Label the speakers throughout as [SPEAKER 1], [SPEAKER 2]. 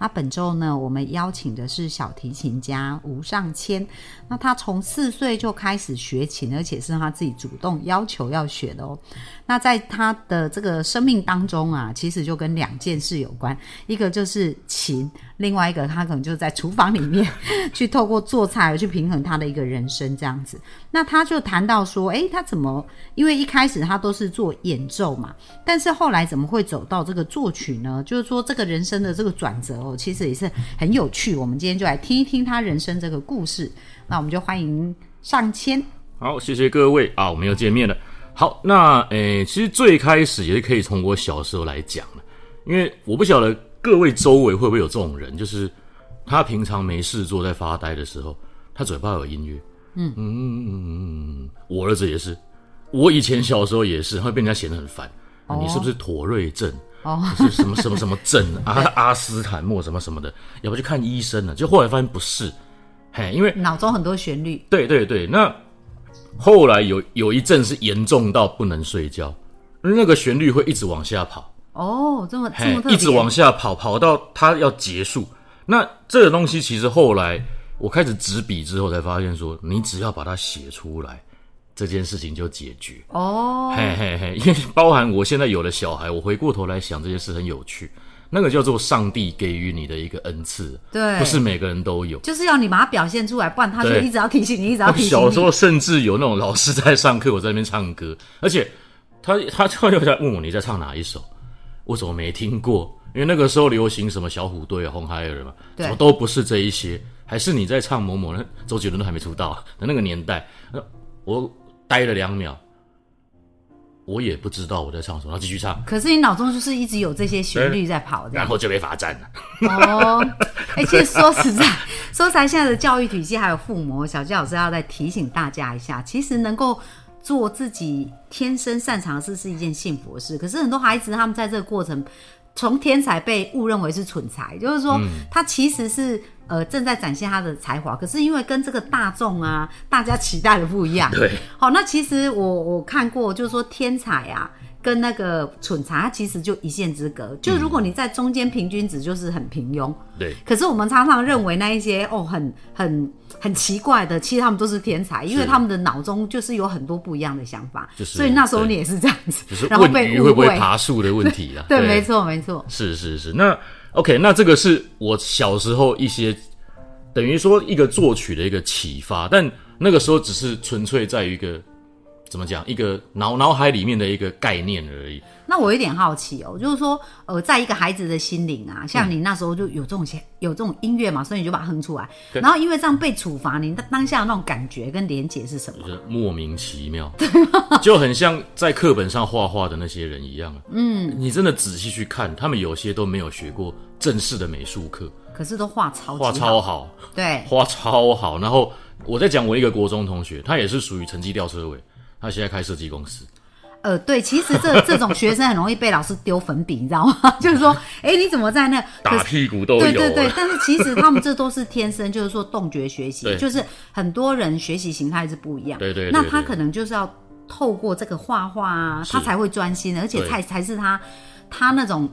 [SPEAKER 1] 那本周呢，我们邀请的是小提琴家吴尚谦。那他从四岁就开始学琴，而且是他自己主动要求要学的哦。那在他的这个生命当中啊，其实就跟两件事有关，一个就是琴，另外一个他可能就在厨房里面去透过做菜而去平衡他的一个人生这样子。那他就谈到说，诶，他怎么？因为一开始他都是做演奏嘛，但是后来怎么会走到这个作曲呢？就是说这个人生的这个转折哦，其实也是很有趣。我们今天就来听一听他人生这个故事。那我们就欢迎上千。
[SPEAKER 2] 好，谢谢各位啊，我们又见面了。好，那诶、其实最开始也是可以从我小时候来讲的，因为我不晓得各位周围会不会有这种人，就是他平常没事做在发呆的时候，他嘴巴有音乐，嗯嗯嗯嗯嗯，我儿子也是，我以前小时候也是，会被人家嫌得很烦，啊你是不是妥瑞症？
[SPEAKER 1] 哦
[SPEAKER 2] 你是什么什么什么症阿阿斯坦莫什么什么的，要不去看医生呢？就后来发现不是，嘿，因为
[SPEAKER 1] 脑中很多旋律，
[SPEAKER 2] 对对对，那后来有有一阵是严重到不能睡觉，那个旋律会一直往下跑，
[SPEAKER 1] 哦，这么这
[SPEAKER 2] 嘿
[SPEAKER 1] 么特，别，
[SPEAKER 2] 一直往下跑，跑到它要结束。那这个东西其实后来我开始执笔之后才发现说，你只要把它写出来，这件事情就解决。
[SPEAKER 1] 哦，
[SPEAKER 2] 嘿嘿嘿，因为包含我现在有了小孩，我回过头来想这些事很有趣，那个叫做上帝给予你的一个恩赐，
[SPEAKER 1] 对
[SPEAKER 2] 不是每个人都有。
[SPEAKER 1] 就是要你把它表现出来，不然他就
[SPEAKER 2] 对
[SPEAKER 1] 一直要提醒你，一直要
[SPEAKER 2] 我
[SPEAKER 1] 提醒你。
[SPEAKER 2] 小时候甚至有那种老师在上课，我在那边唱歌，而且他他突然就在问我你在唱哪一首，我怎么没听过？因为那个时候流行什么小虎队啊、红孩儿嘛，
[SPEAKER 1] 对
[SPEAKER 2] 怎么都不是这一些，还是你在唱某某人，周杰伦都还没出道啊的那个年代。那我呆了两秒，我也不知道我在唱什么，然后继续唱，
[SPEAKER 1] 可是你脑中就是一直有这些旋律在跑，这
[SPEAKER 2] 然
[SPEAKER 1] 样
[SPEAKER 2] 后就被罚站了。
[SPEAKER 1] 哦。 哎、其实说实在，说实在，现在的教育体系还有父母，小纪老师要再提醒大家一下，其实能够做自己天生擅长的事是一件幸福的事。可是很多孩子他们在这个过程，从天才被误认为是蠢才，就是说他其实是。呃，正在展现他的才华，可是因为跟这个大众啊，大家期待的不一样，
[SPEAKER 2] 对，
[SPEAKER 1] 好，那其实我我看过，就是说天才啊。跟那个蠢才，它其实就一线之隔。就如果你在中间平均值，就是很平庸。
[SPEAKER 2] 对，
[SPEAKER 1] 可是我们常常认为那一些哦，很很很奇怪的，其实他们都是天才，因为
[SPEAKER 2] 是
[SPEAKER 1] 他们的脑中就是有很多不一样的想法。
[SPEAKER 2] 就是
[SPEAKER 1] 所以那时候
[SPEAKER 2] 对
[SPEAKER 1] 你也是这样子，
[SPEAKER 2] 就是
[SPEAKER 1] 然后
[SPEAKER 2] 问
[SPEAKER 1] 被
[SPEAKER 2] 鱼
[SPEAKER 1] 误。
[SPEAKER 2] 会不会爬树的问题啦 啊
[SPEAKER 1] 对，没错，没错。
[SPEAKER 2] 是是是，那 OK，那这个是我小时候一些等于说一个作曲的一个启发，但那个时候只是纯粹在于一个怎么讲，一个脑脑海里面的一个概念而已。
[SPEAKER 1] 那我有点好奇哦，就是说，呃，在一个孩子的心灵啊，像你
[SPEAKER 2] 嗯
[SPEAKER 1] 那时候就有这种些有这种音乐嘛，所以你就把它哼出来。
[SPEAKER 2] 对
[SPEAKER 1] 然后因为这样被处罚，你当下的那种感觉跟连结是什么
[SPEAKER 2] 就？是莫名其妙，就很像在课本上画画的那些人一样啊。嗯，你真的仔细去看，他们有些都没有学过正式的美术课，
[SPEAKER 1] 可是都画超级
[SPEAKER 2] 嗯
[SPEAKER 1] 好
[SPEAKER 2] 画超好，
[SPEAKER 1] 对，
[SPEAKER 2] 花超好。然后我在讲我一个国中同学，他也是属于成绩吊车尾，他现在开设计公司。
[SPEAKER 1] 呃，对，其实这这种学生很容易被老师丢粉笔，你知道吗？ 就是说，哎，你怎么在那？可
[SPEAKER 2] 打
[SPEAKER 1] 是
[SPEAKER 2] 屁股都有。
[SPEAKER 1] 对对对，但是其实他们这都是天生，就是说洞觉学习，
[SPEAKER 2] 对
[SPEAKER 1] 就是很多人学习形态是不一样。
[SPEAKER 2] 对对对
[SPEAKER 1] 那他
[SPEAKER 2] 对
[SPEAKER 1] 可能就是要透过这个画画啊，
[SPEAKER 2] 是
[SPEAKER 1] 他才会专心，而且
[SPEAKER 2] 对
[SPEAKER 1] 才才是他他那种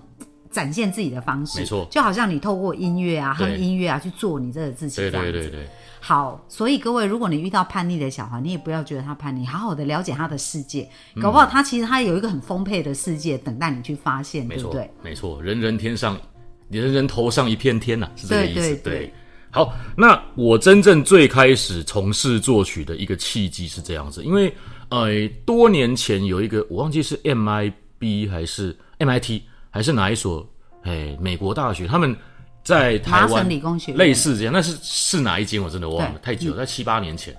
[SPEAKER 1] 展现自己的方式。
[SPEAKER 2] 没错
[SPEAKER 1] 就好像你透过音乐啊、哼
[SPEAKER 2] 对
[SPEAKER 1] 音乐啊去做你这个自己
[SPEAKER 2] 对
[SPEAKER 1] 这样子。
[SPEAKER 2] 对对对
[SPEAKER 1] 好，所以各位，如果你遇到叛逆的小孩，你也不要觉得他叛逆，好好的了解他的世界，
[SPEAKER 2] 嗯
[SPEAKER 1] 搞不好他其实他有一个很丰沛的世界等待你去发现，
[SPEAKER 2] 没
[SPEAKER 1] 对不
[SPEAKER 2] 错
[SPEAKER 1] 对？
[SPEAKER 2] 没错，人人天上，人人头上一片天呐、是这个意思。
[SPEAKER 1] 对对对
[SPEAKER 2] 好，那我真正最开始从事作曲的一个契机是这样子，因为呃，多年前有一个我忘记是 MIB 还是 MIT 还是哪一所哎美国大学，他们在台
[SPEAKER 1] 麻
[SPEAKER 2] 湾
[SPEAKER 1] 省理工学
[SPEAKER 2] 类
[SPEAKER 1] 院，
[SPEAKER 2] 似这样，但是是哪一间我真的忘了
[SPEAKER 1] 对，
[SPEAKER 2] 太久了，在七八年前，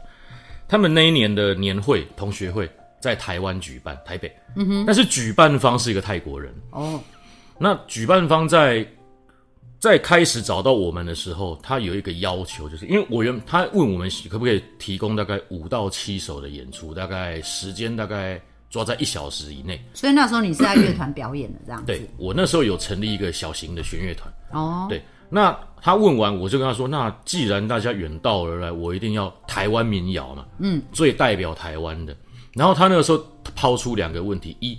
[SPEAKER 2] 他们那一年的年会同学会在台湾举办，台北，嗯哼，但是举办方是一个泰国人，
[SPEAKER 1] 哦，
[SPEAKER 2] 那举办方在在开始找到我们的时候，他有一个要求，就是因为我原他问我们可不可以提供大概五到七首的演出，大概时间大概抓在一小时以内。
[SPEAKER 1] 所以那时候你 是在乐团表演的这样
[SPEAKER 2] 对
[SPEAKER 1] 子
[SPEAKER 2] 我那时候有成立一个小型的弦乐团，
[SPEAKER 1] 哦，
[SPEAKER 2] 对。那他问完，我就跟他说：“那既然大家远道而来，我一定要台湾民谣嘛，嗯，最代表台湾的。”然后他那个时候抛出两个问题：一，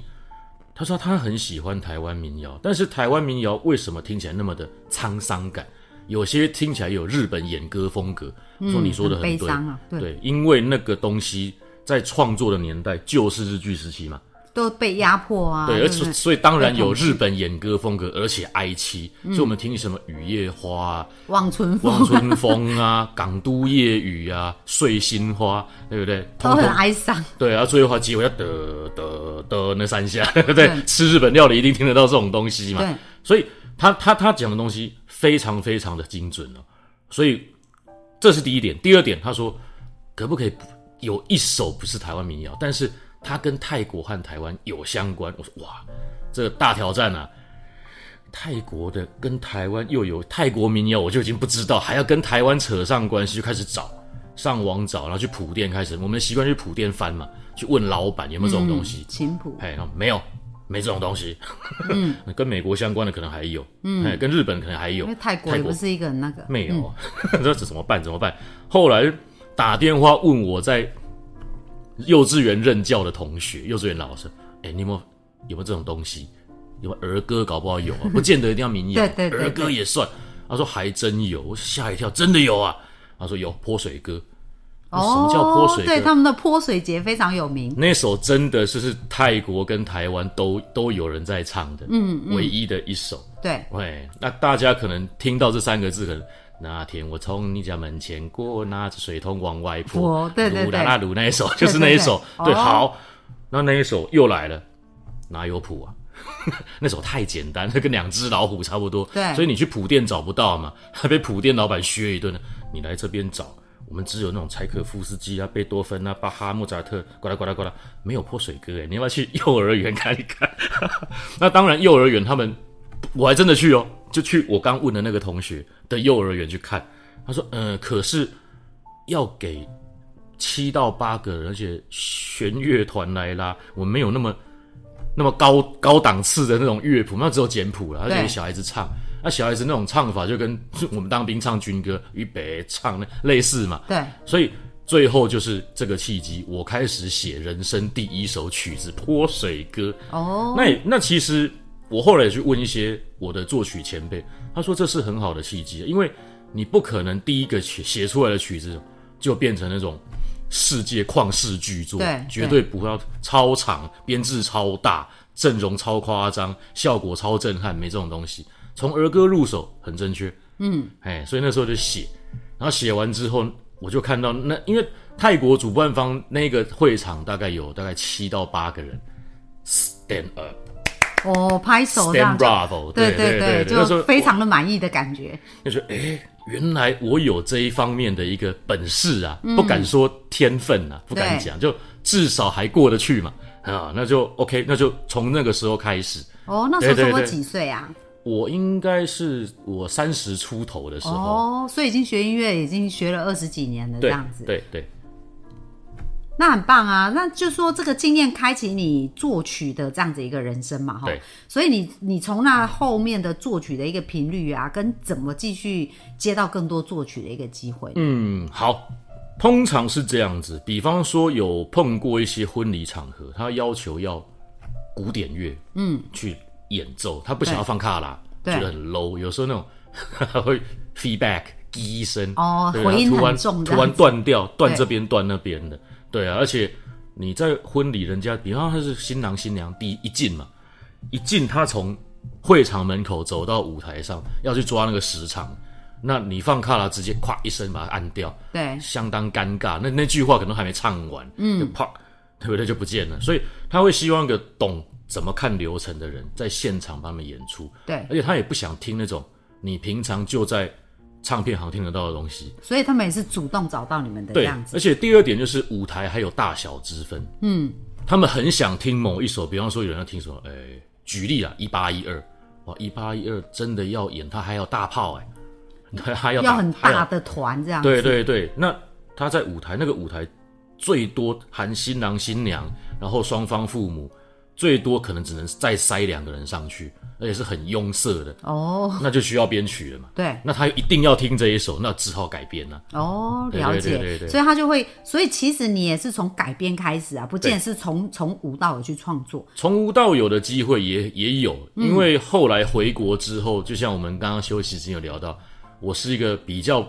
[SPEAKER 2] 他说他很喜欢台湾民谣，但是台湾民谣为什么听起来那么的沧桑感？有些听起来有日本演歌风格。说你说
[SPEAKER 1] 嗯
[SPEAKER 2] 的
[SPEAKER 1] 很悲
[SPEAKER 2] 对，
[SPEAKER 1] 伤啊，对，
[SPEAKER 2] 对，因为那个东西在创作的年代就是日剧时期嘛，
[SPEAKER 1] 都被压迫啊，
[SPEAKER 2] 对，
[SPEAKER 1] 对
[SPEAKER 2] 而
[SPEAKER 1] 不
[SPEAKER 2] 且
[SPEAKER 1] 对，
[SPEAKER 2] 所以当然
[SPEAKER 1] 被
[SPEAKER 2] 有
[SPEAKER 1] 统
[SPEAKER 2] 日本演歌风格，而且哀凄，所以我们听什么雨夜花、啊、
[SPEAKER 1] 望春
[SPEAKER 2] 望
[SPEAKER 1] 风
[SPEAKER 2] 春 风啊、港都夜雨啊、碎心花，对不对？
[SPEAKER 1] 都
[SPEAKER 2] 通
[SPEAKER 1] 很
[SPEAKER 2] 通
[SPEAKER 1] 哀伤，
[SPEAKER 2] 对，然后最后还结尾要得得得那三下，对不对
[SPEAKER 1] 对？
[SPEAKER 2] 吃日本料理一定听得到这种东西嘛。
[SPEAKER 1] 对，
[SPEAKER 2] 所以他他他讲的东西非常非常的精准哦。所以这是第一点，第二点，他说可不可以有一首不是台湾民谣，但是它跟泰国和台湾有相关？我说哇，这个大挑战啊！泰国的跟台湾又有泰国民谣，我就已经不知道，还要跟台湾扯上关系，就开始找上网找，然后去普店开始，我们习惯去普店翻嘛，去问老板有没有这种东西。
[SPEAKER 1] 琴谱
[SPEAKER 2] 哎，然后没有，没这种东西。嗯， 跟美国相关的可能还有，嗯，哎，跟日本可能还有
[SPEAKER 1] 因为，泰国
[SPEAKER 2] 泰
[SPEAKER 1] 也
[SPEAKER 2] 国
[SPEAKER 1] 不是一个很那个，
[SPEAKER 2] 没有啊， 这怎么办？怎么办？后来打电话问我在幼稚园任教的同学，幼稚园老师，哎，你有没有有没有这种东西？有没有儿歌？搞不好有啊，不见得一定要民谣，
[SPEAKER 1] 对对对
[SPEAKER 2] 儿歌也算。他说还真有，我吓一跳，真的有啊。他说有泼水歌，我说什么叫泼水歌？
[SPEAKER 1] 哦对，他们的泼水节非常有名，
[SPEAKER 2] 那首真的是是泰国跟台湾都都有人在唱的，嗯，唯一的一首。
[SPEAKER 1] 对，
[SPEAKER 2] 喂，那大家可能听到这三个字，可能那天我从你家门前过，拿着水桶往外泼
[SPEAKER 1] 泼，对对
[SPEAKER 2] 鲁
[SPEAKER 1] 对
[SPEAKER 2] 啦啦鲁那一首就是那一首，
[SPEAKER 1] 对对
[SPEAKER 2] 对，
[SPEAKER 1] 哦
[SPEAKER 2] 好，那那一首又来了，哪有谱啊？ 那首太简单，那跟两只老虎差不多，
[SPEAKER 1] 对
[SPEAKER 2] 所以你去普店找不到嘛， 还被普店老板削一顿呢。你来这边找，我们只有那种柴可夫斯基啊、贝多芬啊、巴哈、莫扎特，呱啦呱啦呱啦，没有泼水歌哎，你要不要去幼儿园看一看？ 那当然，幼儿园他们我还真的去哦，就去我刚问的那个同学的幼儿园去看。他说，呃，可是要给七到八个人，而且弦乐团来拉，我们没有那么那么高高档次的那种乐谱，那只有简谱了，而且
[SPEAKER 1] 对
[SPEAKER 2] 给小孩子唱。那小孩子那种唱法就跟嗯我们当兵唱军歌、预备唱那类似嘛，
[SPEAKER 1] 对，
[SPEAKER 2] 所以最后就是这个契机，我开始写人生第一首曲子《泼水歌》。
[SPEAKER 1] 哦，
[SPEAKER 2] 那也那其实我后来也去问一些我的作曲前辈，他说这是很好的契机，因为你不可能第一个写写出来的曲子就变成那种世界旷世巨作，
[SPEAKER 1] 对
[SPEAKER 2] 绝对不要超长、编制超大、阵容超夸张、效果超震撼，没这种东西。从儿歌入手很正确，嗯，哎，所以那时候就写，然后写完之后，我就看到那因为泰国主办方那个会场大概有大概七到八个人，stand up。
[SPEAKER 1] 哦，拍手这
[SPEAKER 2] Stan
[SPEAKER 1] 样就。
[SPEAKER 2] Bravo，
[SPEAKER 1] 对
[SPEAKER 2] 对
[SPEAKER 1] 对，
[SPEAKER 2] 那时候
[SPEAKER 1] 就非常的满意的感觉。
[SPEAKER 2] 就说，哎，原来我有这一方面的一个本事啊，不敢说天分啊，不敢
[SPEAKER 1] 嗯对
[SPEAKER 2] 讲，就至少还过得去嘛，啊，那就 OK，那就从那个时候开始，
[SPEAKER 1] 哦，那时候
[SPEAKER 2] 对对
[SPEAKER 1] 说我
[SPEAKER 2] 对
[SPEAKER 1] 几岁啊？
[SPEAKER 2] 我应该是我三十出头的时候，
[SPEAKER 1] 哦，所以已经学音乐已经学了二十几年了，这
[SPEAKER 2] 对
[SPEAKER 1] 样子。
[SPEAKER 2] 对对，
[SPEAKER 1] 那很棒啊！那就说这个经验开启你作曲的这样子一个人生嘛，哈
[SPEAKER 2] 对。
[SPEAKER 1] 所以你你从那后面的作曲的一个频率啊，跟怎么继续接到更多作曲的一个机会，
[SPEAKER 2] 嗯，好，通常是这样子。比方说有碰过一些婚礼场合，他要求要古典乐，嗯，去演奏，他不想要放卡拉，
[SPEAKER 1] 对
[SPEAKER 2] 觉得很 low。有时候那种 还会 feedback 滴一声，
[SPEAKER 1] 哦
[SPEAKER 2] 对
[SPEAKER 1] 回音
[SPEAKER 2] 然后突然
[SPEAKER 1] 很重这样
[SPEAKER 2] 突然
[SPEAKER 1] 子
[SPEAKER 2] 断掉，断
[SPEAKER 1] 对
[SPEAKER 2] 这边断那边的，对啊，而且。你在婚礼，人家比方他是新郎新娘第一一进嘛，一进他从会场门口走到舞台上，要去抓那个时长，那你放卡拉直接咵一声把它按掉，
[SPEAKER 1] 对，
[SPEAKER 2] 相当尴尬。那那句话可能还没唱完，嗯，就啪，对不对？就不见了。所以他会希望一个懂怎么看流程的人在现场帮他们演出，
[SPEAKER 1] 对，
[SPEAKER 2] 而且他也不想听那种你平常就在唱片行听得到的东西。
[SPEAKER 1] 所以他们也是主动找到你们的这
[SPEAKER 2] 对
[SPEAKER 1] 样，子，
[SPEAKER 2] 而且第二点就是舞台还有大小之分。嗯，他们很想听某一首，比方说有人要听什么，呃，举例啊，一八一二，哇，一八一二真的要演，他还要大炮哎、 他还要
[SPEAKER 1] 要
[SPEAKER 2] 打
[SPEAKER 1] 很
[SPEAKER 2] 还
[SPEAKER 1] 大的团这样子，
[SPEAKER 2] 对对对，那他在舞台那个舞台，最多含新郎新娘，然后双方父母，最多可能只能再塞两个人上去，而且是很拥塞的，
[SPEAKER 1] 哦，
[SPEAKER 2] 那就需要编曲了嘛。
[SPEAKER 1] 对，
[SPEAKER 2] 那他又一定要听这一首，那只好改编了、
[SPEAKER 1] 哦，
[SPEAKER 2] 对对
[SPEAKER 1] 了
[SPEAKER 2] 对
[SPEAKER 1] 解，
[SPEAKER 2] 对对
[SPEAKER 1] 所以他就会，所以其实你也是从改编开始啊，不见
[SPEAKER 2] 对
[SPEAKER 1] 得是从从无到有去创作，
[SPEAKER 2] 从无到有的机会也也有，因为后来回国之后，就像我们刚刚休息之前有聊到，我是一个比较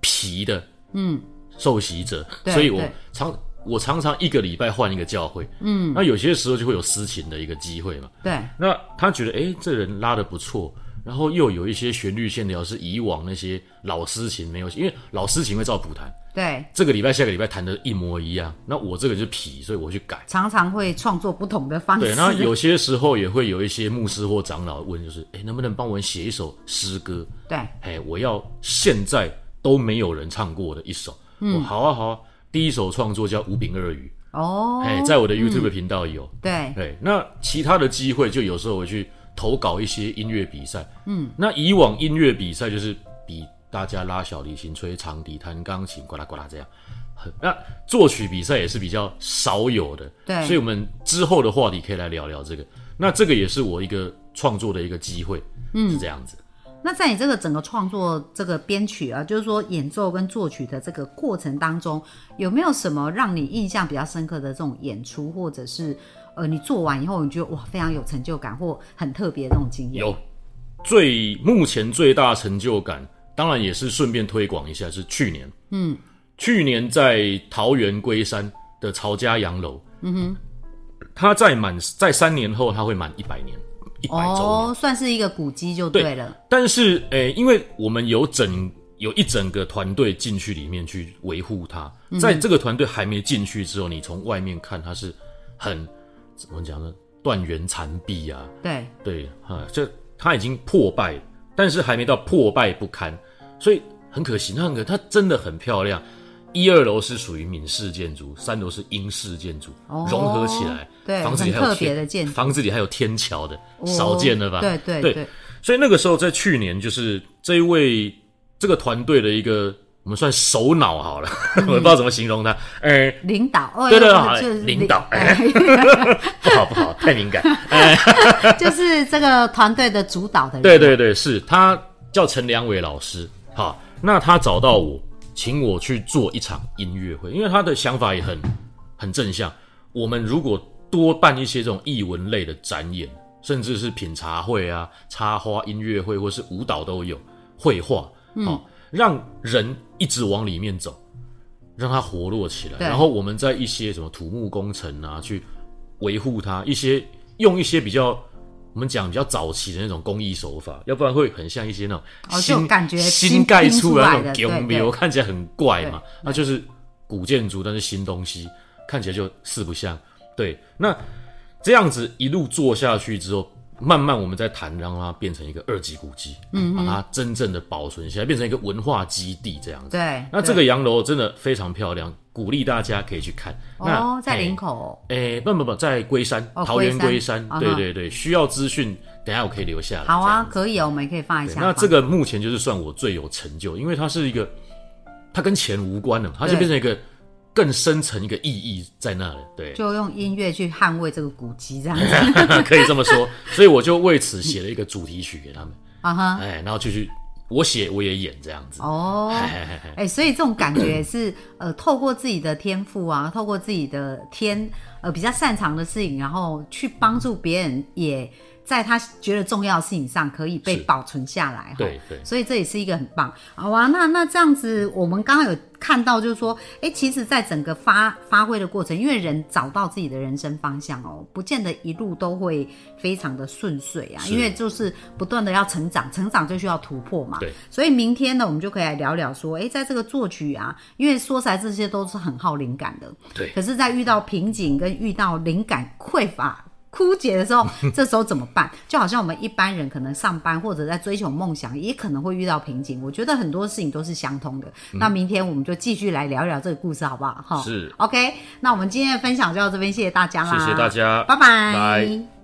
[SPEAKER 2] 皮的，嗯，受洗者，
[SPEAKER 1] 对
[SPEAKER 2] 所以我
[SPEAKER 1] 对
[SPEAKER 2] 常我常常一个礼拜换一个教会，嗯，那有些时候就会有私情的一个机会嘛。
[SPEAKER 1] 对，
[SPEAKER 2] 那他觉得，诶，这人拉的不错，然后又有一些旋律线条是以往那些老私情没有，因为老私情会照谱弹，
[SPEAKER 1] 对，
[SPEAKER 2] 这个礼拜下个礼拜弹的一模一样，那我这个就是皮，所以我去改。
[SPEAKER 1] 常常会创作不同的方式，
[SPEAKER 2] 对，然后有些时候也会有一些牧师或长老问，就是哎，诶能不能帮我写一首诗歌？
[SPEAKER 1] 对
[SPEAKER 2] 哎，我要现在都没有人唱过的一首。嗯，我好啊好啊。第一首创作叫《五饼二鱼》，
[SPEAKER 1] 哦，
[SPEAKER 2] 哎，在我的 YouTube 频道有。
[SPEAKER 1] 对
[SPEAKER 2] 对，那其他的机会就有时候我去投稿一些音乐比赛。嗯，那以往音乐比赛就是比大家拉小提琴、吹长笛、弹钢琴，呱啦呱啦这样。很那作曲比赛也是比较少有的，
[SPEAKER 1] 对
[SPEAKER 2] 所以我们之后的话题可以来聊聊这个。那这个也是我一个创作的一个机会，嗯，是这样子。
[SPEAKER 1] 那在你这个整个创作、这个编曲啊，就是说演奏跟作曲的这个过程当中，有没有什么让你印象比较深刻的这种演出，或者是呃，你做完以后你觉得哇非常有成就感或很特别的这种经验？
[SPEAKER 2] 有最目前最大成就感，当然也是顺便推广一下，是去年，嗯，去年在桃园龟山的曹家洋楼，嗯哼，它在满在三年后，它会满一百年，一百周年。
[SPEAKER 1] 哦，算是一个古迹就
[SPEAKER 2] 对
[SPEAKER 1] 对了，
[SPEAKER 2] 但是，诶、因为我们有整有一整个团队进去里面去维护它，在这个团队还没进去之后，你从外面看它是很怎么讲呢？断垣残壁啊，
[SPEAKER 1] 对
[SPEAKER 2] 对啊，这他已经破败，但是还没到破败不堪，所以很可惜。那很可它真的很漂亮。一二楼是属于闽式建筑，三楼是英式建筑，
[SPEAKER 1] 哦
[SPEAKER 2] 融合起来。
[SPEAKER 1] 对
[SPEAKER 2] 房子里还
[SPEAKER 1] 很
[SPEAKER 2] 有
[SPEAKER 1] 特别
[SPEAKER 2] 天
[SPEAKER 1] 的建筑
[SPEAKER 2] 房子里还有天桥的，少见了吧？
[SPEAKER 1] 哦对对
[SPEAKER 2] 对所以那个时候在去年，就是这一位这个团队的一个，我们算首脑好了， 我也不知道怎么形容他。哎、
[SPEAKER 1] 领导哦，
[SPEAKER 2] 对对
[SPEAKER 1] 就
[SPEAKER 2] 好嘞
[SPEAKER 1] 是就是
[SPEAKER 2] 领导
[SPEAKER 1] 哎
[SPEAKER 2] 不好不好，太敏感。
[SPEAKER 1] 就是这个团队的主导的人，
[SPEAKER 2] 对对对，是他叫陈良伟老师。好，那他找到我，请我去做一场音乐会，因为他的想法也很很正向。我们如果多办一些这种艺文类的展演，甚至是品茶会啊、插花音乐会，或是舞蹈都有，绘画，好、让人一直往里面走，让它活络起来。
[SPEAKER 1] 对
[SPEAKER 2] 然后我们在一些什么土木工程啊，去维护它，一些用一些比较我们讲比较早期的那种工艺手法，要不然会很像一些那种
[SPEAKER 1] 哦
[SPEAKER 2] 新、
[SPEAKER 1] 就感觉
[SPEAKER 2] 新
[SPEAKER 1] 新
[SPEAKER 2] 盖
[SPEAKER 1] 拼
[SPEAKER 2] 来那
[SPEAKER 1] 出来
[SPEAKER 2] 种
[SPEAKER 1] 的
[SPEAKER 2] 建
[SPEAKER 1] 对
[SPEAKER 2] 庙，
[SPEAKER 1] 对
[SPEAKER 2] 看起来很怪嘛
[SPEAKER 1] 对。
[SPEAKER 2] 那就是古建筑，但是新东西看起来就四不像。对，那这样子一路做下去之后，慢慢我们再谈，让它变成一个二级古迹，嗯，把它真正的保存下来，变成一个文化基地这样子。
[SPEAKER 1] 对
[SPEAKER 2] 那这
[SPEAKER 1] 对
[SPEAKER 2] 个洋楼真的非常漂亮，鼓励大家可以去看。那
[SPEAKER 1] 哦，在林
[SPEAKER 2] 哎
[SPEAKER 1] 口哦
[SPEAKER 2] 诶、不不不，在龟山，
[SPEAKER 1] 哦
[SPEAKER 2] 桃园龟
[SPEAKER 1] 龟
[SPEAKER 2] 山
[SPEAKER 1] 山，啊哈
[SPEAKER 2] 对对对，需要资讯，等一下我可以留下来。
[SPEAKER 1] 好
[SPEAKER 2] 这
[SPEAKER 1] 啊
[SPEAKER 2] 样，子
[SPEAKER 1] 可以哦，我们也可以放一
[SPEAKER 2] 对
[SPEAKER 1] 下。
[SPEAKER 2] 那这个目前就是算我最有成就，因为它是一个，它跟钱无关的嘛，它就
[SPEAKER 1] 对
[SPEAKER 2] 变成一个更深层一个意义在那里。对，
[SPEAKER 1] 就用音乐去捍卫这个古籍，这样子
[SPEAKER 2] 可以这么说。所以我就为此写了一个主题曲给他们，
[SPEAKER 1] 啊哈。
[SPEAKER 2] 哎，然后就去我写我也演这样子。
[SPEAKER 1] 哦，
[SPEAKER 2] 嘿嘿嘿嘿
[SPEAKER 1] 哎、所以这种感觉是呃，透过自己的天赋啊，透过自己的天呃比较擅长的事情，然后去帮助别人，也在他觉得重要的事情上可以被
[SPEAKER 2] 是
[SPEAKER 1] 保存下来。哈
[SPEAKER 2] 对对
[SPEAKER 1] 所以这也是一个很棒。好啊，那那这样子，我们刚刚有看到，就是说，哎、其实，在整个发发挥的过程，因为人找到自己的人生方向哦，不见得一路都会非常的顺遂啊，
[SPEAKER 2] 是
[SPEAKER 1] 因为就是不断的要成长，成长就需要突破嘛。
[SPEAKER 2] 对
[SPEAKER 1] 所以明天呢，我们就可以来聊聊说，哎、在这个作曲啊，因为说起来这些都是很耗灵感的，
[SPEAKER 2] 对
[SPEAKER 1] 可是，在遇到瓶颈跟遇到灵感匮乏、枯竭的时 候，这时候怎么办？就好像我们一般人可能上班或者在追求梦想，也可能会遇到瓶颈。我觉得很多事情都是相通的。那明天我们就继续来聊聊这个故事，好不好？哈，
[SPEAKER 2] 是
[SPEAKER 1] 啊 OK。那我们今天的分享就到这边，谢谢大家啦，
[SPEAKER 2] 谢谢大家
[SPEAKER 1] 拜拜。
[SPEAKER 2] 拜